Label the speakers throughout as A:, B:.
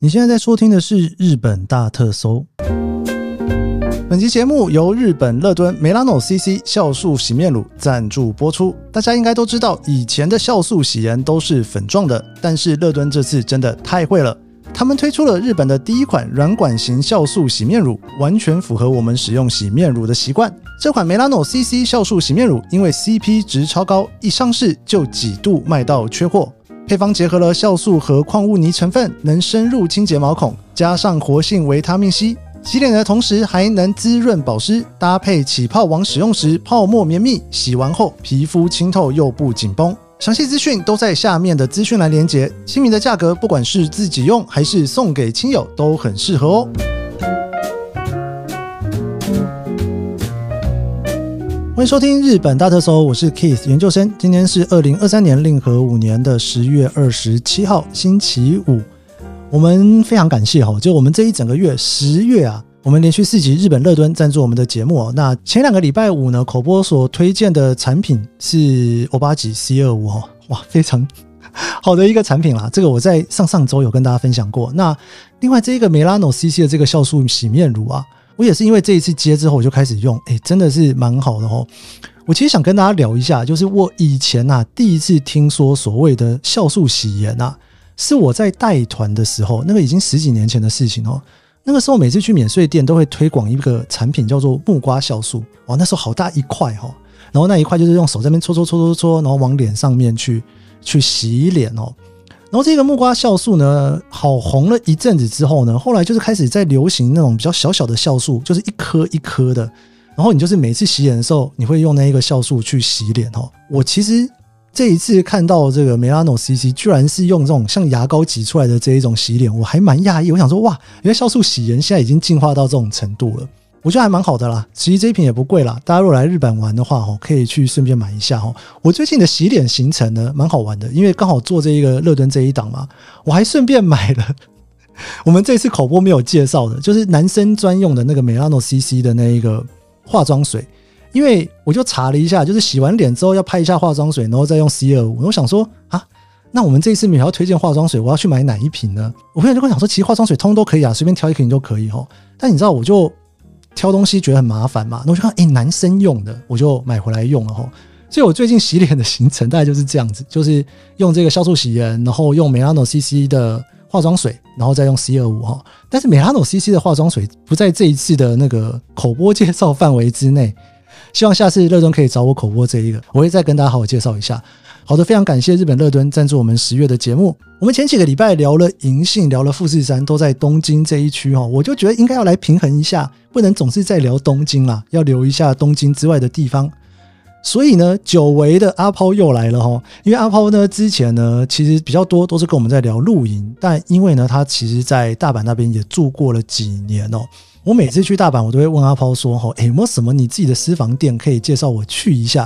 A: 你现在在收听的是《日本大特搜》。本期节目由日本乐敦梅拉诺 CC 酵素洗面乳赞助播出。大家应该都知道，以前的酵素洗颜都是粉状的，但是乐敦这次真的太会了。他们推出了日本的第一款软管型酵素洗面乳，完全符合我们使用洗面乳的习惯。这款梅拉诺 CC 酵素洗面乳因为 CP 值超高，一上市就几度卖到缺货。配方结合了酵素和矿物泥成分，能深入清洁毛孔，加上活性维他命 C，洗脸的同时还能滋润保湿。搭配起泡网使用时，泡沫绵密，洗完后皮肤清透又不紧绷。详细资讯都在下面的资讯栏连接。亲民的价格，不管是自己用还是送给亲友，都很适合哦。欢迎收听《日本大特搜》，我是 Keith 研究生。今天是二零二三年令和五年的十月二十七号，星期五。我们非常感谢哈、哦，就我们这一整个月，十月啊，我们连续四集日本乐敦赞助我们的节目哦。那前两个礼拜五呢，口播所推荐的产品是欧巴级 C 二五哦，哇，非常好的一个产品啦。这个我在上上周有跟大家分享过。那另外这个梅拉诺 CC 的这个酵素洗面乳啊，我也是因为这一次接之后我就开始用，哎，真的是蛮好的哦。我其实想跟大家聊一下，就是我以前啊第一次听说所谓的酵素洗颜啊，是我在带团的时候，那个已经十几年前的事情哦。那个时候每次去免税店都会推广一个产品叫做木瓜酵素，哇，那时候好大一块哦，然后那一块就是用手在那边搓搓搓搓搓，然后往脸上面去去洗脸哦。然后这个木瓜酵素呢，好红了一阵子之后呢，后来就是开始在流行那种比较小小的酵素，就是一颗一颗的。然后你就是每次洗脸的时候，你会用那一个酵素去洗脸哦。我其实这一次看到这个梅拉诺 CC 居然是用这种像牙膏挤出来的这一种洗脸，我还蛮讶异。我想说，哇，原来酵素洗颜现在已经进化到这种程度了。我觉得还蛮好的啦，其实这一瓶也不贵啦。大家如果来日本玩的话，哦，可以去顺便买一下哦。我最近的洗脸行程呢，蛮好玩的，因为刚好做这一个乐敦这一档嘛，我还顺便买了 我们这次口播没有介绍的，就是男生专用的那个美拉诺 CC 的那一个化妆水，因为我就查了一下，就是洗完脸之后要拍一下化妆水，然后再用 C 二五。我想说啊，那我们这一次没有要推荐化妆水，我要去买哪一瓶呢？我朋友就跟我讲说，其实化妆水通通都可以啊，随便挑一瓶都可以哦。但你知道，我就挑东西觉得很麻烦嘛，那我就看，哎、男生用的，我就买回来用了吼。所以我最近洗脸的行程大概就是这样子，就是用这个酵素洗颜，然后用美拉诺 CC 的化妆水，然后再用 C 二五哈。但是美拉诺 CC 的化妆水不在这一次的那个口播介绍范围之内，希望下次乐敦可以找我口播这一个，我会再跟大家好好介绍一下。好的，非常感谢日本乐敦赞助我们十月的节目。我们前几个礼拜聊了银杏，聊了富士山，都在东京这一区哦。我就觉得应该要来平衡一下，不能总是在聊东京啦，要留一下东京之外的地方。所以呢，久违的阿抛又来了哈、哦，因为阿抛呢之前呢其实比较多都是跟我们在聊露营，但因为呢他其实在大阪那边也住过了几年哦。我每次去大阪，我都会问阿抛说：“哈，诶，有没有什么你自己的私房店可以介绍我去一下？”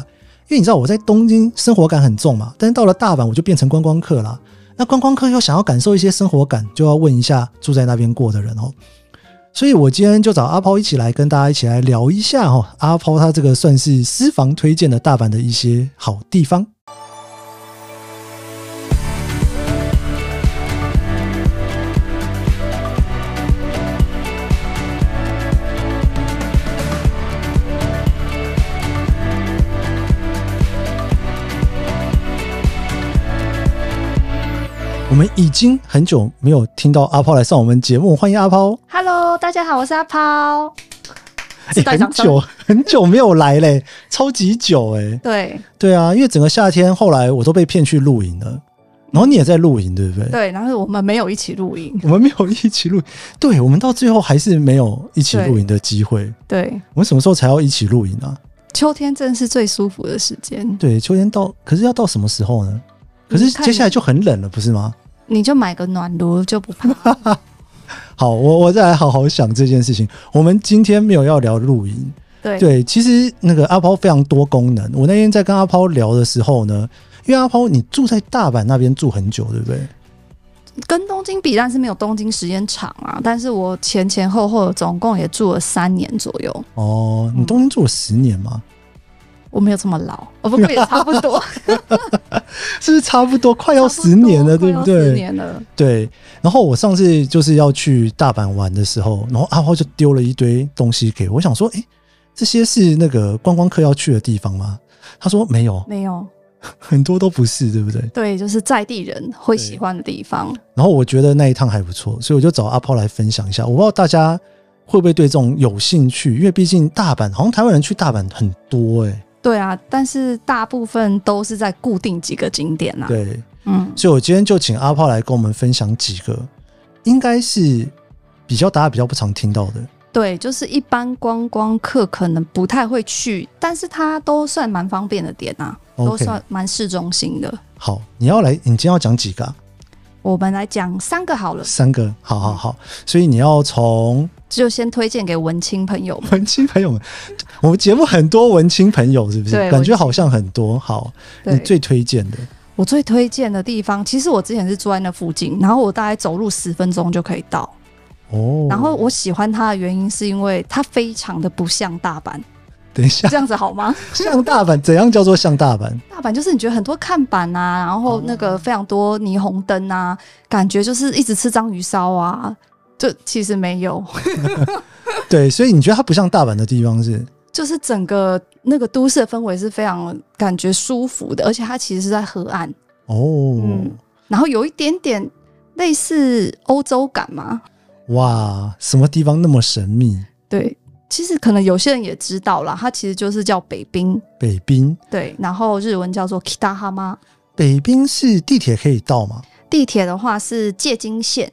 A: 因为你知道我在东京生活感很重嘛，但是到了大阪我就变成观光客啦。那观光客又想要感受一些生活感，就要问一下住在那边过的人哦。所以我今天就找阿抛一起来跟大家一起来聊一下哦，阿抛他这个算是私房推荐的大阪的一些好地方。我们已经很久没有听到阿抛来上我们节目，欢迎阿抛。
B: Hello，大家好，我是阿抛。 是
A: 欸
B: 带
A: 很
B: 掌声
A: 久很久没有来嘞，超级久哎、
B: 对
A: 对啊，因为整个夏天后来我都被骗去露营了，然后你也在露营，对不对？
B: 对，然后我们没有一起录音，
A: 我们没有一起露，对我们到最后还是没有一起露营的机会。
B: 对，
A: 我们什么时候才要一起露营啊？
B: 秋天真是最舒服的时间，
A: 对，秋天到，可是要到什么时候呢？可是
B: 嗯看
A: 接下来就很冷了，不是吗？
B: 你就买个暖炉就 不怕。
A: 好，我我再来好好想这件事情。我们今天没有要聊露营，
B: 对
A: 对，其实那个阿抛非常多功能。我那天在跟阿抛聊的时候呢，因为阿抛你住在大阪那边住很久，对不对？
B: 跟东京比，但是没有东京时间长啊。但是我前前后后总共也住了三年左右，
A: 哦，你东京住了十年嘛？
B: 我没有这么老，哦，不过也差不多，
A: 是不是差不多快
B: 差
A: 要
B: 不多
A: 十年了，
B: 快
A: 对不
B: 要
A: 对？
B: 十年了，
A: 对，然后我上次就是要去大阪玩的时候，然后阿花就丢了一堆东西给我，我想说，诶，这些是那个观光客要去的地方吗？他说没有，
B: 没有。
A: 很多都不是，对不对？
B: 对，就是在地人会
A: 对
B: 喜欢的地方。
A: 然后我觉得那一趟还不错，所以我就找阿炮来分享一下。我不知道大家会不会对这种有兴趣，因为毕竟大阪好像台湾人去大阪很多、欸诶，
B: 对啊，但是大部分都是在固定几个景点呐、啊。
A: 对，
B: 嗯，
A: 所以我今天就请阿炮来跟我们分享几个，应该是比较大家比较不常听到的。
B: 对，就是一般观光客可能不太会去，但是它都算蛮方便的点啊，都
A: OK，
B: 算蛮市中心的。
A: 好，你要来，你今天要讲几个、啊？
B: 我们来讲三个好了，
A: 三个，好好好，所以你要从
B: 就先推荐给文青朋友们。
A: 文青朋友们，我们节目很多文青朋友是不是
B: 对？
A: 感觉
B: 文青
A: 好像很多。好，你
B: 对，
A: 最推荐的
B: 我最推荐的地方，其实我之前是住在那附近，然后我大概走路十分钟就可以到。
A: 哦。
B: 然后我喜欢它的原因是因为它非常的不像大阪，
A: 等一 下，
B: 这样子好吗？
A: 像大阪怎样叫做像大阪？
B: 大阪就是你觉得很多看板啊，然后那
A: 哦
B: 个非常多霓虹灯啊，感觉就是一直吃章鱼烧啊。就其实没有，
A: 对，所以你觉得它不像大阪的地方是？
B: 就是整个那个都市的氛围是非常感觉舒服的，而且它其实是在河岸，
A: 哦，
B: 嗯，然后有一点点类似欧洲感嘛。
A: 哇，什么地方那么神秘？
B: 对，其实可能有些人也知道啦，它其实就是叫北滨，
A: 北滨，
B: 对，然后日文叫做 Kitahama。
A: 北滨是地铁可以到吗？
B: 地铁的话是借京线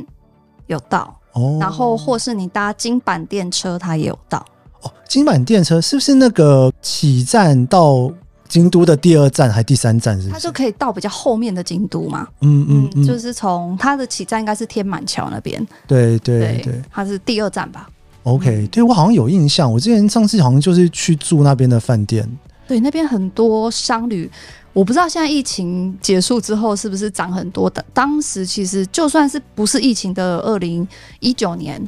B: 有到，
A: 哦，
B: 然后或是你搭京阪电车，它也有到。
A: 哦，金满电车是不是那个起站到京都的第二站还第三站？是不
B: 它
A: 是
B: 就？可以到比较后面的京都嘛，
A: 嗯嗯嗯，
B: 就是从它的起站应该是天满桥那边，
A: 对对对。
B: 它是第二站吧？嗯
A: OK，对我好像有印象，我之前上次好像就是去住那边的饭店，
B: 对，那边很多商旅，我不知道现在疫情结束之后是不是涨很多的。当时其实就算是不是疫情的二零一九年，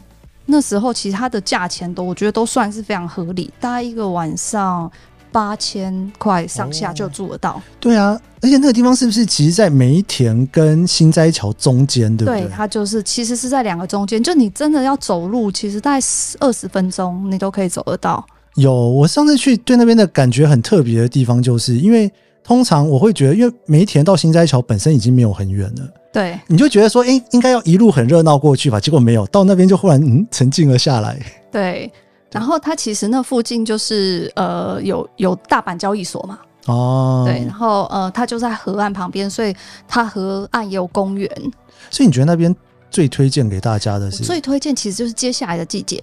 B: 那时候其实它的价钱都我觉得都算是非常合理，大概一个晚上八千块上下就住得到。
A: 对啊，而且那个地方是不是其实在梅田跟新斋桥中间，对不对？
B: 对，它就是其实是在两个中间，就你真的要走路，其实大概二十分钟你都可以走得到。
A: 有，我上次去对那边的感觉很特别的地方，就是因为通常我会觉得，因为梅田到新斋桥本身已经没有很远了，
B: 对，
A: 你就觉得说，哎、应该要一路很热闹过去吧，结果没有，到那边就忽然嗯沉静了下来。
B: 对。然后它其实那附近就是呃有有大阪交易所嘛，
A: 哦，
B: 对，然后呃它就在河岸旁边，所以它河岸也有公园。
A: 所以你觉得那边最推荐给大家的
B: 我
A: 是
B: 最推荐其实就是接下来的季节，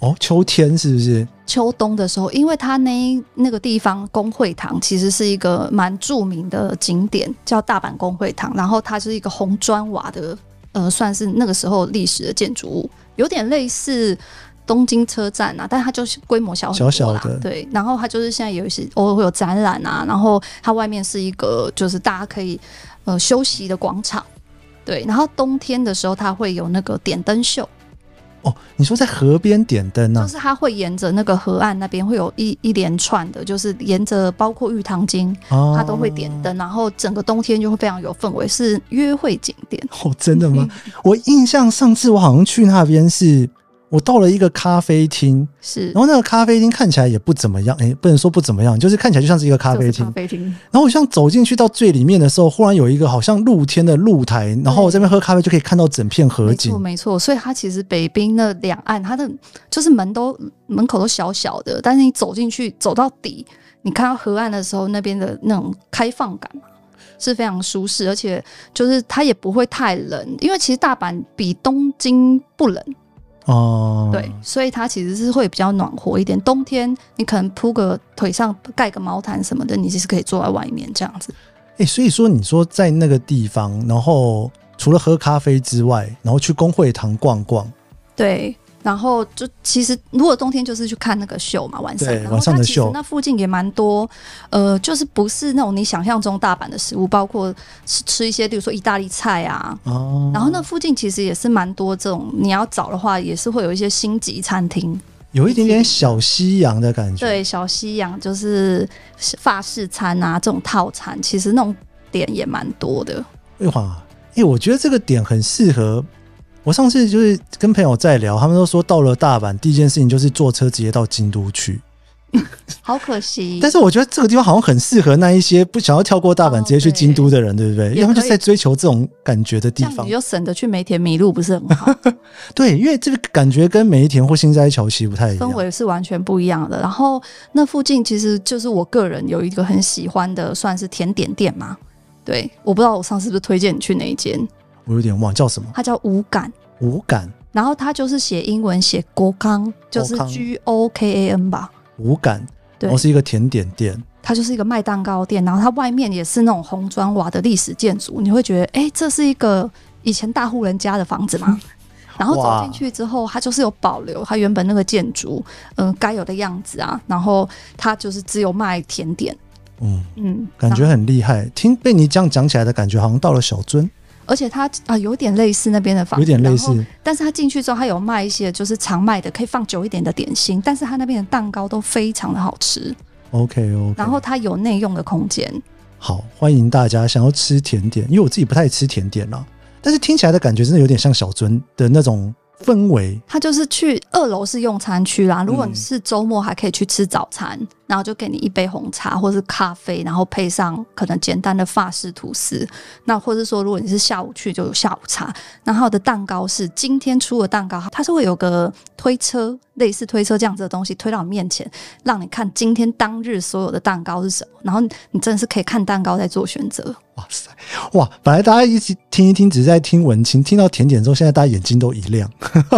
A: 哦，秋天是不是？
B: 秋冬的时候，因为它那一那个地方公会堂其实是一个蛮著名的景点，叫大阪公会堂，然后它是一个红砖瓦的，呃，算是那个时候历史的建筑物，有点类似。东京车站啊，但它就是规模小很多啦
A: 小小的
B: 对。然后它就是现在有一些偶尔会有展览啊，然后它外面是一个就是大家可以呃休息的广场，对。然后冬天的时候，它会有那个点灯秀，
A: 哦，你说在河边点灯
B: 就
A: 啊？
B: 是它会沿着那个河岸那边会有一一连串的，就是沿着包括玉堂经，
A: 哦，
B: 它都会点灯，然后整个冬天就会非常有氛围，是约会景点。
A: 哦，真的 吗？我印象上次我好像去那边是，我到了一个咖啡厅，
B: 是
A: 然，后那个咖啡厅看起来也不怎么样，诶，不能说不怎么样，就是看起来就像是一个咖啡
B: 就是
A: 厅
B: 咖。啡厅，
A: 然后我像走进去到最里面的时候，忽然有一个好像露天的露台，然后我这边喝咖啡就可以看到整片河
B: 没
A: 景
B: 错。没错。所以它其实北滨的两岸，它的就是门都门口都小小的，但是你走进去走到底，你看到河岸的时候，那边的那种开放感嘛。是非常舒适，而且就是它也不会太冷，因为其实大阪比东京不冷，
A: 哦、
B: 对，所以它其实是会比较暖和一点。冬天你可能铺个腿上盖个毛毯什么的，你其实可以坐在外面这样子。
A: 诶，所以说你说在那个地方，然后除了喝咖啡之外，然后去公会堂逛逛，
B: 对，然后就其实如果冬天就是去看那个秀嘛，晚上，
A: 对
B: 然后
A: 晚上的
B: 它其实
A: 秀
B: 那附近也蛮多，呃，就是不是那种你想象中大阪的食物，包括吃吃一些，例如说意大利菜啊。
A: 哦，
B: 然后那附近其实也是蛮多这种，你要找的话也是会有一些星级餐厅，
A: 有一点点小西洋的感觉。，
B: 对，小西洋就是法式餐啊，这种套餐，其实那种点也蛮多 的。
A: 哇，哎、我觉得这个点很适合。我上次就是跟朋友在聊，他们都说到了大阪，第一件事情就是坐车直接到京都去。
B: 好可惜，
A: 但是我觉得这个地方好像很适合那一些不想要跳过大阪
B: 哦
A: 直接去京都的人，对不对？
B: 也
A: 因为他们就
B: 可以
A: 在追求这种感觉的地
B: 这样
A: 方
B: 你。就省得去梅田迷路，不是很 好？
A: 对，因为这个感觉跟每一田或新斋桥其实不太一
B: 氛
A: 样。
B: 围是完全不一样的。然后那附近其实就是我个人有一个很喜欢的，算是甜点店嘛。对，我不知道我上次是不是推荐你去那一间，
A: 我有点忘叫什么，
B: 它叫无感，
A: 无感
B: 然后它就是写英文写国康，就是 G O K A N 吧。
A: 无感，
B: 对
A: 然后是一个甜点店。
B: 它就是一个卖蛋糕店，然后它外面也是那种红砖瓦的历史建筑，你会觉得，哎、这是一个以前大户人家的房子
A: 嗯
B: 吗？然后走
A: 哇
B: 进去之后，它就是有保留它原本那个建筑，嗯、该有的样子啊。然后它就是只有卖甜点，
A: 嗯，
B: 嗯，
A: 感觉
B: 然后，
A: 很厉害。听被你这样讲起来的感觉，好像到了小樽，
B: 而且它啊、有点类似那边的房子，
A: 有点类
B: 然后。
A: 似。
B: 但是它进去之后，它有卖一些就是常卖的，可以放久一点的点心，但是它那边的蛋糕都非常的好吃，
A: OK OK。
B: 然后它有内用的空间。
A: 好，欢迎大家想要吃甜点，因为我自己不太吃甜点啦，但是听起来的感觉真的有点像小樽的那种氛围。
B: 他就是去二楼是用餐区啦，如果你
A: 嗯
B: 是周末还可以去吃早餐，然后就给你一杯红茶或是咖啡，然后配上可能简单的法式吐司。那或是说，如果你是下午去就有下午茶。然后它的蛋糕是今天出的蛋糕，它是会有个推车，类似推车这样子的东西推到你面前，让你看今天当日所有的蛋糕是什么，然后你真的是可以看蛋糕在做选择。
A: 哇塞，哇！本来大家一起听一听，只是在听文青，听到甜点之后，现在大家眼睛都一亮，。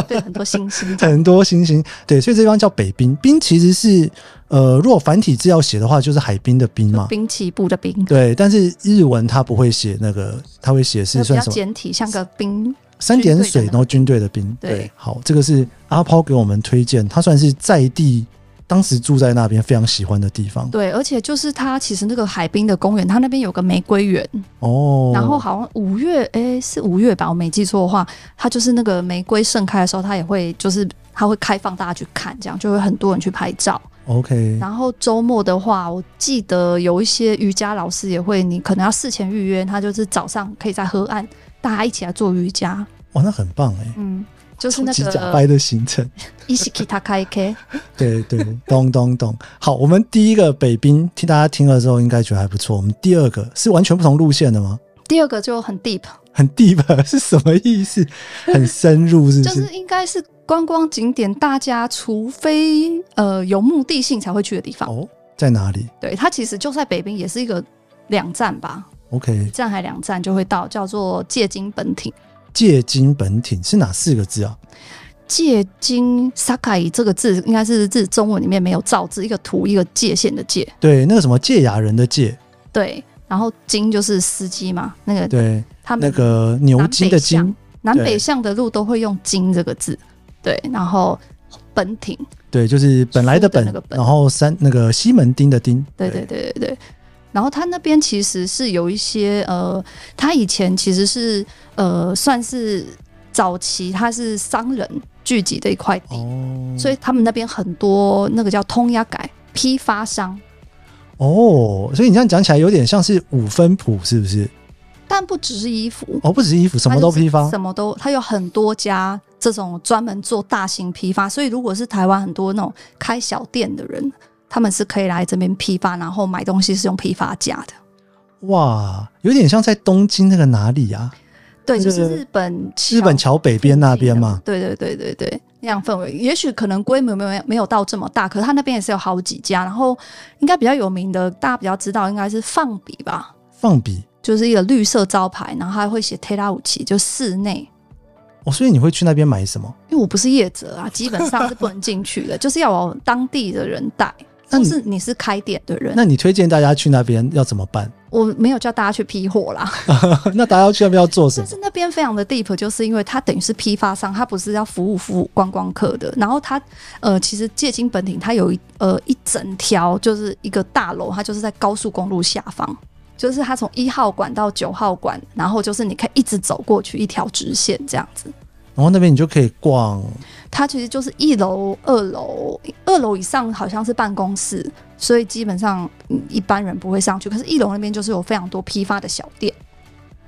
B: 对，很多星 星
A: 很多星星。对，所以这地方叫北冰，冰其实是呃，如果繁体字要写的话，就是海滨的冰嘛。
B: 兵器部的兵，
A: 对，但是日文它不会写那个，它会写是
B: 比
A: 算
B: 较
A: 什么？
B: 简体，像个兵
A: 三点水，
B: 军队的那
A: 然后军队的兵。
B: 对
A: 对，好，这个是阿抛给我们推荐，他算是在地当时住在那边非常喜欢的地方。
B: 对，而且就是它其实那个海滨的公园，它那边有个玫瑰园，
A: 哦，
B: 然后好像五月，诶，是五月吧，我没记错的话，它就是那个玫瑰盛开的时候，它也会就是它会开放大家去看，这样就会很多人去拍照。
A: OK，
B: 然后周末的话，我记得有一些瑜伽老师也会，你可能要事前预约，他就是早上可以在河岸大家一起来做瑜伽，
A: 哇，那很棒哎，
B: 嗯，就是那
A: 超级假
B: 个
A: 掰的行程。
B: 伊西基塔开 K，
A: 对对，咚咚咚。好，我们第一个北冰，听大家听了之后应该觉得还不错。我们第二个是完全不同路线的吗？
B: 第二个就很 deep，
A: 很 deep 是什么意思？很深入是不？
B: 就是是应该是观光景点，大家除非呃有目的性才会去的地方。
A: 哦，在哪里
B: 对，它其实就在北滨，也是一个两站吧，
A: ？OK，
B: 一站还两站就会到，叫做借金本町。
A: 借经本挺是哪四个字啊？
B: 借金 Sakai 这个字应该是字中文里面没有造字，一个图一个界限的界，
A: 对，那个什么借雅人的借，
B: 对。然后金就是司机嘛，那个
A: 对，
B: 他们
A: 那个牛
B: 南
A: 津
B: 北
A: 的津
B: 向，南
A: 对
B: 北向的路都会用金这个字，对。然后本町，
A: 对，就是本来的本，
B: 书的那个本
A: 然后三那个西门町的町，
B: 对对对对对。然后他那边其实是有一些呃，他以前其实是呃，算是早期他是商人聚集的一块地，
A: 哦，
B: 所以他们那边很多那个叫通押改批发商，
A: 哦，所以你这样讲起来有点像是五分埔，是不是？
B: 但不只是衣服，
A: 哦，不只是衣服，什么都批
B: 它
A: 发
B: 是什么都，它有很多家这种专门做大型批发，所以如果是台湾很多那种开小店的人，他们是可以来这边批发，然后买东西是用批发价的。
A: 哇，有点像在东京那个哪里啊？
B: 对，
A: 那
B: 就
A: 个
B: 是日本
A: 日本
B: 桥
A: 桥北边那边嘛。
B: 对对对对对，那样氛围，也许可能规模没有没有到这么大，可是它那边也是有好几家，然后应该比较有名的，大家比较知道应该是放笔吧，
A: 放笔
B: 就是一个绿色招牌，然后它会写 t e r a u c i 就室内。
A: 哦，所以你会去那边买什么？
B: 因为我不是业者啊，基本上是不能进去 的，就是要有当地的人带，
A: 那
B: 或
A: 你
B: 是你是开店的人。
A: 那你推荐大家去那边要怎么办？
B: 我没有叫大家去批货啦，
A: 那大家要去那边要做什
B: 但
A: 么？
B: 是那边非常的 deep，就是因为它等于是批发商，它不是要服务服务观光客的。然后它呃，其实借金本町它有一呃一整条就是一个大楼，它就是在高速公路下方，就是它从一号馆到九号馆，然后就是你可以一直走过去一条直线这样子。
A: 然后那边你就可以逛，
B: 它其实就是一楼、二楼，二楼以上好像是办公室，所以基本上嗯一般人不会上去。可是，一楼那边就是有非常多批发的小店，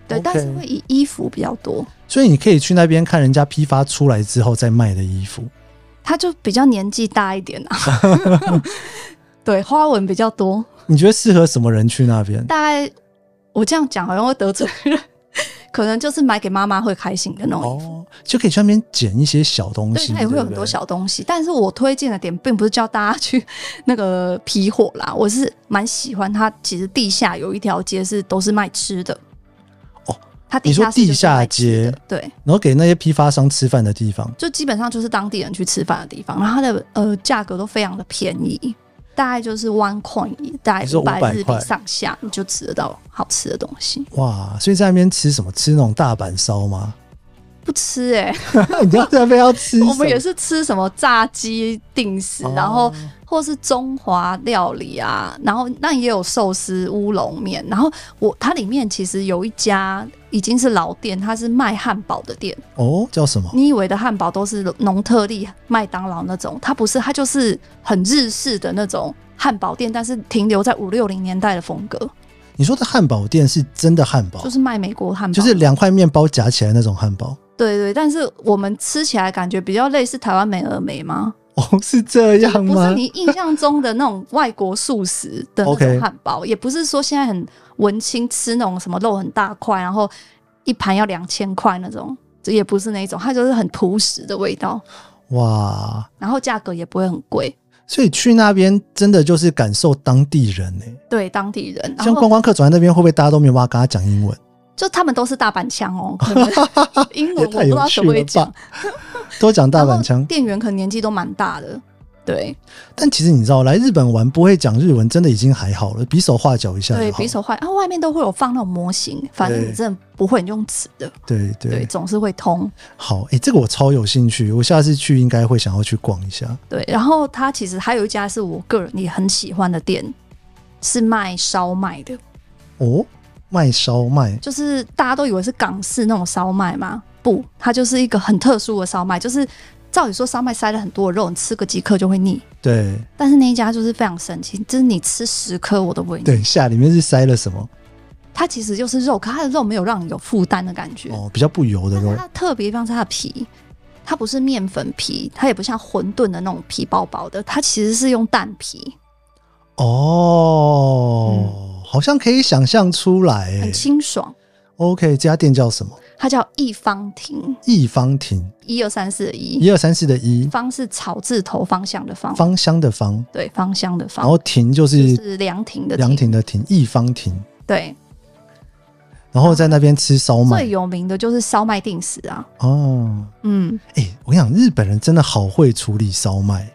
B: 对
A: OK
B: 但是会以衣服比较多，
A: 所以你可以去那边看人家批发出来之后再卖的衣服。
B: 他就比较年纪大一点啊， 对，花纹比较多。
A: 你觉得适合什么人去那边？
B: 大概我这样讲好像会得罪人，可能就是买给妈妈会开心的那种衣服。
A: 哦，就可以去那边捡一些小东
B: 对，
A: 西，
B: 它也会
A: 对
B: 有
A: 不对
B: 很多小东西，但是我推荐的点并不是叫大家去那个批货啦，我是蛮喜欢它。其实地下有一条街是都是卖吃的，
A: 哦，
B: 它
A: 你
B: 底
A: 说
B: 下室就是
A: 地下
B: 卖吃的
A: 街，
B: 对，
A: 然后给那些批发商吃饭的地方。
B: 就基本上就是当地人去吃饭的地方，然后它的呃价格都非常的便宜，大概就是 one coin，大
A: 你
B: 概
A: 说
B: 五百
A: 500
B: 日
A: 块
B: 币上下，你就吃得到好吃的东西。
A: 哇，所以在那边吃什么？吃那种大阪烧吗？
B: 不吃哎、
A: 你知道在那边要吃什么？
B: 我们也是吃什么炸鸡、定时，
A: 哦
B: 然后或是中华料理啊，然后那也有寿司、乌龙面，然后我它里面其实有一家已经是老店，它是卖汉堡的店。
A: 哦，叫什么？
B: 你以为的汉堡都是农特利、麦当劳那种，它不是，它就是很日式的那种汉堡店，但是停留在五六零年代的风格，
A: 你说的汉堡店是真的汉堡，
B: 就是卖美国汉堡，
A: 就是两块面包夹起来那种汉堡。
B: 对对，但是我们吃起来感觉比较类似台湾美而美吗？
A: 哦，是这样
B: 不是
A: 吗？
B: 你印象中的那种外国素食的那
A: OK
B: 种汉堡，也不是说现在很文青吃那种什么肉很大块，然后一盘要两千块那种，这也不是那一种，它就是很朴实的味道，
A: 哇，
B: 然后价格也不会很贵，
A: 所以去那边真的就是感受当地人呢、欸
B: 对当地人，然
A: 像观
B: 后
A: 光客走在那边，会不会大家都没有办法跟他讲英文？
B: 就他们都是大阪腔哦， 可能英文
A: 也
B: 我不
A: 太
B: 知
A: 有
B: 道
A: 趣
B: 怎么
A: 了
B: 会讲
A: 吧，！ 都讲大
B: 然后
A: 阪腔，
B: 店员可能年纪都蛮大的，对
A: 但其实你知道，来日本玩不会讲日文，真的已经还好了，比手画脚一下就好
B: 对，比手画，然、后外面都会有放那种模型，反正
A: 对
B: 你真的不会，你就用纸的，
A: 对对
B: 对，总是会通。
A: 好，哎、这个我超有兴趣，我下次去应该会想要去逛一下。
B: 对，然后它其实还有一家是我个人也很喜欢的店，是卖烧麦的，
A: 哦，卖烧麦，
B: 就是大家都以为是港式那种烧麦嘛，不，它就是一个很特殊的烧麦，就是照理说烧麦塞了很多肉，你吃个几颗就会腻，
A: 对
B: 但是那一家就是非常神奇，就是你吃十颗我都不会腻，
A: 对，下里面是塞了什么？
B: 它其实就是肉，可它的肉没有让你有负担的感觉，
A: 哦，比较不油的
B: 但
A: 肉
B: 是它特别地方是它的皮。它不是面粉皮，它也不像馄饨的那种皮薄薄的，它其实是用蛋皮，
A: 哦，好像可以想象出来、
B: 嗯很
A: 诶
B: 清爽。
A: OK，这家店叫什么？
B: 它叫一方亭，
A: 一方亭，
B: 一二三四的一，
A: 一二三四的一，
B: 方是草字头方向的方，
A: 芳香的芳，
B: 对芳香的
A: 然
B: 方，
A: 后亭就是
B: 是凉亭啊的
A: 凉亭的亭，一方亭。
B: 对，
A: 然后在那边吃烧
B: 最
A: 麦
B: 有名的就是烧麦定时啊，
A: 哦，
B: 嗯，
A: 哎、我跟你讲，日本人真的好会处理烧麦。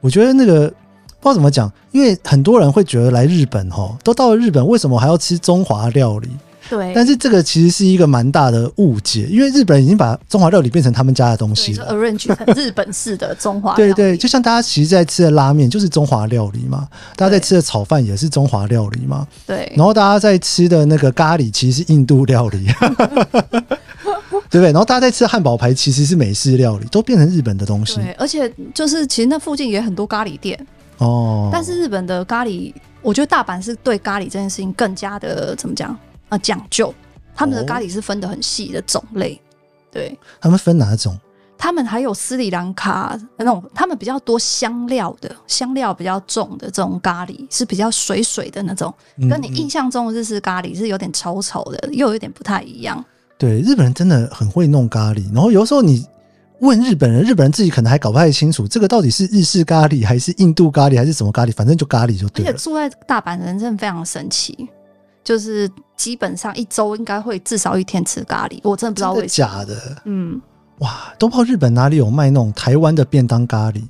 A: 我觉得那个不知道怎么讲，因为很多人会觉得来日本哈，都到了日本，为什么还要吃中华料理？
B: 对，
A: 但是这个其实是一个蛮大的误解，因为日本人已经把中华料理变成他们家的东
B: 对，
A: 西
B: 就
A: 了。
B: arrange 很日本式的中华料
A: 啊对
B: 理，
A: 对，就像大家其实在吃的拉面就是中华料理嘛，大家在
B: 对
A: 吃的炒饭也是中华料理嘛，
B: 对
A: 然后大家在吃的那个咖喱其实是印度料理， 对不对？然后大家在吃的汉堡排其实是美式料理，都变成日本的东西
B: 对，而且就是其实那附近也很多咖喱店，
A: 哦。
B: 但是日本的咖喱，我觉得大阪是对咖喱这件事情更加的怎么讲啊、呃讲究，他们的
A: 哦
B: 咖喱是分得很细的种类，对。
A: 他们分哪种？
B: 他们还有斯里兰卡那种，他们比较多香料的，香料比较重的这种咖喱是比较水水的那种，
A: 嗯
B: 跟你
A: 嗯
B: 印象中的日式咖喱是有点稠稠的，又有点不太一样。
A: 对，日本人真的很会弄咖喱。然后有的时候你问日本人，日本人自己可能还搞不太清楚，这个到底是日式咖喱还是印度咖喱还是什么咖喱，反正就咖喱就
B: 而
A: 对
B: 且
A: 了。
B: 住在大阪的人真的非常神奇，就是基本上一周应该会至少一天吃咖喱，我真的不知道
A: 真的
B: 为什么。
A: 假的？
B: 嗯
A: 哇，都不知道日本哪里有卖那种台湾的便当咖喱。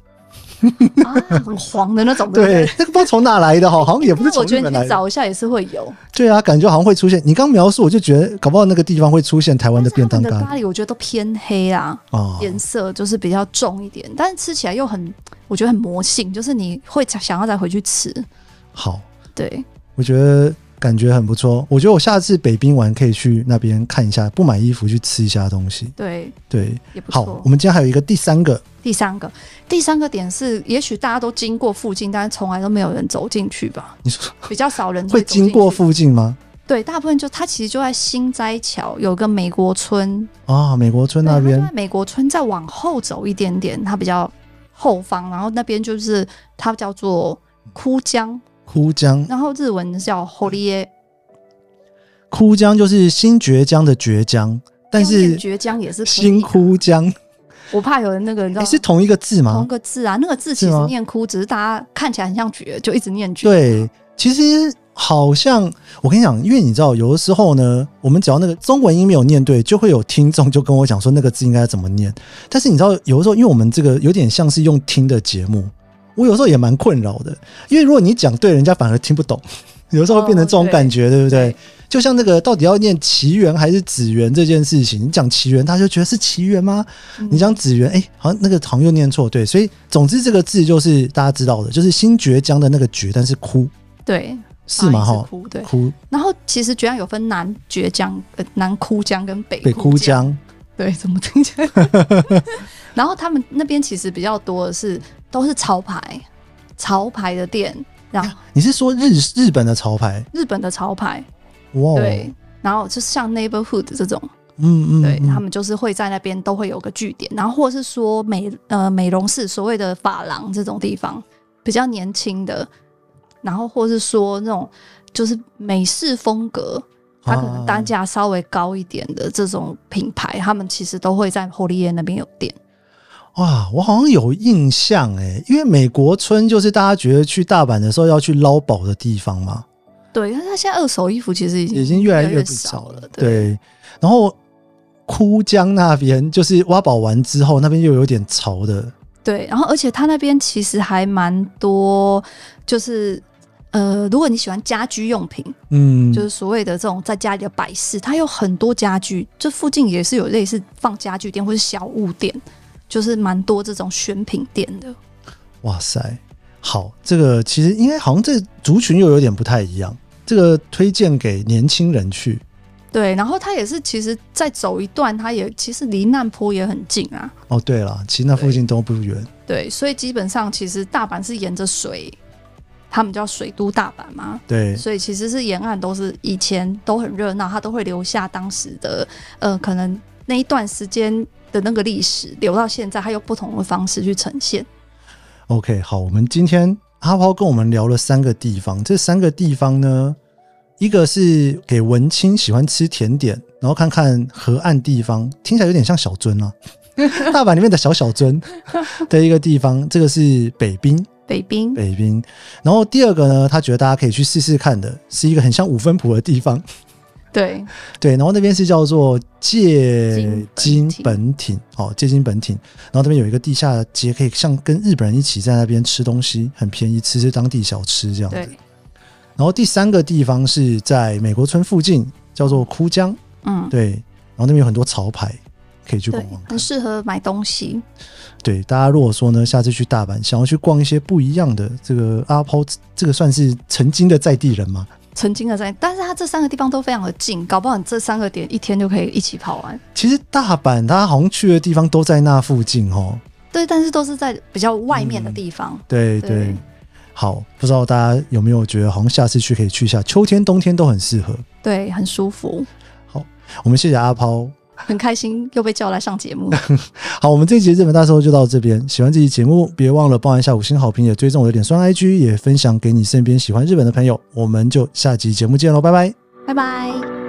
B: 啊，很黄的那种，对 不
A: 对
B: 对？，
A: 那个不知道从哪来的哈，好像也不是
B: 那
A: 从
B: 我觉
A: 日
B: 得
A: 本
B: 你
A: 来
B: 去
A: 的。
B: 找一下也是会有，
A: 对啊，感觉好像会出现。你刚描述，我就觉得搞不好那个地方会出现台湾
B: 但
A: 的
B: 是
A: 便
B: 他
A: 当
B: 们的
A: 咖
B: 咖
A: 喱
B: 喱我觉得都偏黑啊。
A: 啊。
B: 颜色就是比较重一点，但是吃起来又很，我觉得很魔性，就是你会想要再回去吃。
A: 好，
B: 对，
A: 我觉得感觉很不错。我觉得我下次北冰玩可以去那边看一下，不买衣服去吃一下东西。
B: 对，
A: 对，
B: 也不
A: 好，
B: 错
A: 我。们今天还有一个第三个，
B: 第三个，第三个点是，也许大家都经过附近，但是从来都没有人走进去吧，
A: 你说
B: 比较少人
A: 会
B: 走进
A: 经
B: 去
A: 过。附近吗？
B: 对，大部分就它其实就在新斋桥有个美国村，
A: 啊，美国村
B: 对
A: 那
B: 它就
A: 边
B: 在美国村再往后走一点点，它比较后方，然后那边就是它叫做枯江，
A: 枯江，
B: 然后日文叫 Holy 耶，
A: 枯江就是新爵江的爵江，但
B: 用念
A: 是
B: 绝江也是可以
A: 新
B: 啊，
A: 枯江，
B: 我怕有人那个你知
A: 诶
B: 道
A: 是同一个字
B: 同
A: 吗？
B: 个字啊，那个字其
A: 是
B: 实
A: 吗
B: 念枯，只是大家看起来很像绝，就一直念绝。
A: 对，其实好像我跟你讲，因为你知道，有的时候呢，我们只要那个中文音没有念对，就会有听众就跟我讲说那个字应该怎么念。但是你知道，有的时候因为我们这个有点像是用听的节目，我有时候也蛮困扰的，因为如果你讲对，人家反而听不懂，有的时候会变成这种
B: 哦对
A: 感觉，对不对
B: 对？
A: 就像那个到底要念奇缘还是子缘这件事情，你讲奇缘，他就觉得是奇缘吗？
B: 嗯
A: 你讲子源，哎、好像那个好像又念错，对，所以总之这个字就是大家知道的，就是新爵江的那个爵，但是哭
B: 对，
A: 是吗？
B: 发音
A: 哈，
B: 哦枯对。
A: 哭
B: 然后其实绝江有分南绝江、呃、南枯江跟北
A: 北
B: 枯
A: 哭，江，
B: 对，怎么听起来？然后他们那边其实比较多的是都是潮牌，潮牌的店，然后
A: 你是说日日本的潮牌？
B: 日本的潮牌，
A: 哇哦，
B: 对，然后就是像 neighborhood 这种，
A: 嗯嗯，
B: 对
A: 嗯
B: 他们就是会在那边都会有个据点，然后或者是说美呃美容室所谓的发廊这种地方比较年轻的，然后或是说那种就是美式风格，它可
A: 啊
B: 能单价稍微高一点的这种品牌，他们其实都会在 Holy 耶那边有店。
A: 哇，我好像有印象哎，因为美国村就是大家觉得去大阪的时候要去捞宝的地方嘛，
B: 对，但是它现在二手衣服其实已经
A: 已经越来越
B: 越
A: 不少
B: 了
A: 了，。
B: 对，
A: 对，然后。枯江那边就是挖宝完之后，那边又有点潮的，
B: 对，然后而且它那边其实还蛮多，就是呃，如果你喜欢家居用品，
A: 嗯，
B: 就是所谓的这种在家里的摆饰，它有很多家具，这附近也是有类似放家具店或是小物店，就是蛮多这种选品店的。
A: 哇塞，好，这个其实应该好像这族群又有点不太一样。这个推荐给年轻人去，
B: 对，然后它也是，其实再走一段，它也其实离难坡也很近啊。
A: 哦，对了，其实那附近都不远。
B: 对，所以基本上其实大阪是沿着水，他们叫水都大阪嘛，
A: 对，
B: 所以其实是沿岸都是以前都很热闹，它都会留下当时的呃可能那一段时间的那个历史，留到现在，它用不同的方式去呈现。
A: OK，好，我们今天阿抛跟我们聊了三个地方，这三个地方呢，一个是给文青喜欢吃甜点，然后看看河岸地方，听起来有点像小樽啊，大阪里面的小小樽的一个地方，这个是北滨，
B: 北滨，
A: 北滨。然后第二个呢，他觉得大家可以去试试看的，是一个很像五分埔的地方，
B: 对，
A: 对，然后那边是叫做借
B: 金
A: 金
B: 本町
A: 本町，哦，借金本町，然后那边有一个地下街，可以像跟日本人一起在那边吃东西，很便宜，吃吃当地小吃这样子。
B: 对，
A: 然后第三个地方是在美国村附近，叫做枯江，
B: 嗯，
A: 对，然后那边有很多潮牌可以去逛
B: 对
A: 逛，看
B: 很。适合买东西。
A: 对，大家如果说呢，下次去大阪想要去逛一些不一样的，这个阿抛这个算是曾经的在地人嘛，
B: 曾经的在，但是它这三个地方都非常的近，搞不好你这三个点一天就可以一起跑完。
A: 其实大阪它好像去的地方都在那附近哦。
B: 对，但是都是在比较外面的地方。
A: 对对，
B: 对
A: 好，不知道大家有没有觉得好像下次去可以去一下，秋天、冬天都很适合。
B: 对，很舒服，
A: 我们谢谢阿抛。
B: 很开心又被叫来上节目。
A: 好，我们这一集日本大收就到这边。喜欢这期节目，别忘了帮我按下五星好评，也追踪我的脸酸 IG，也分享给你身边喜欢日本的朋友。我们就下集节目见喽，拜拜。
B: 拜拜。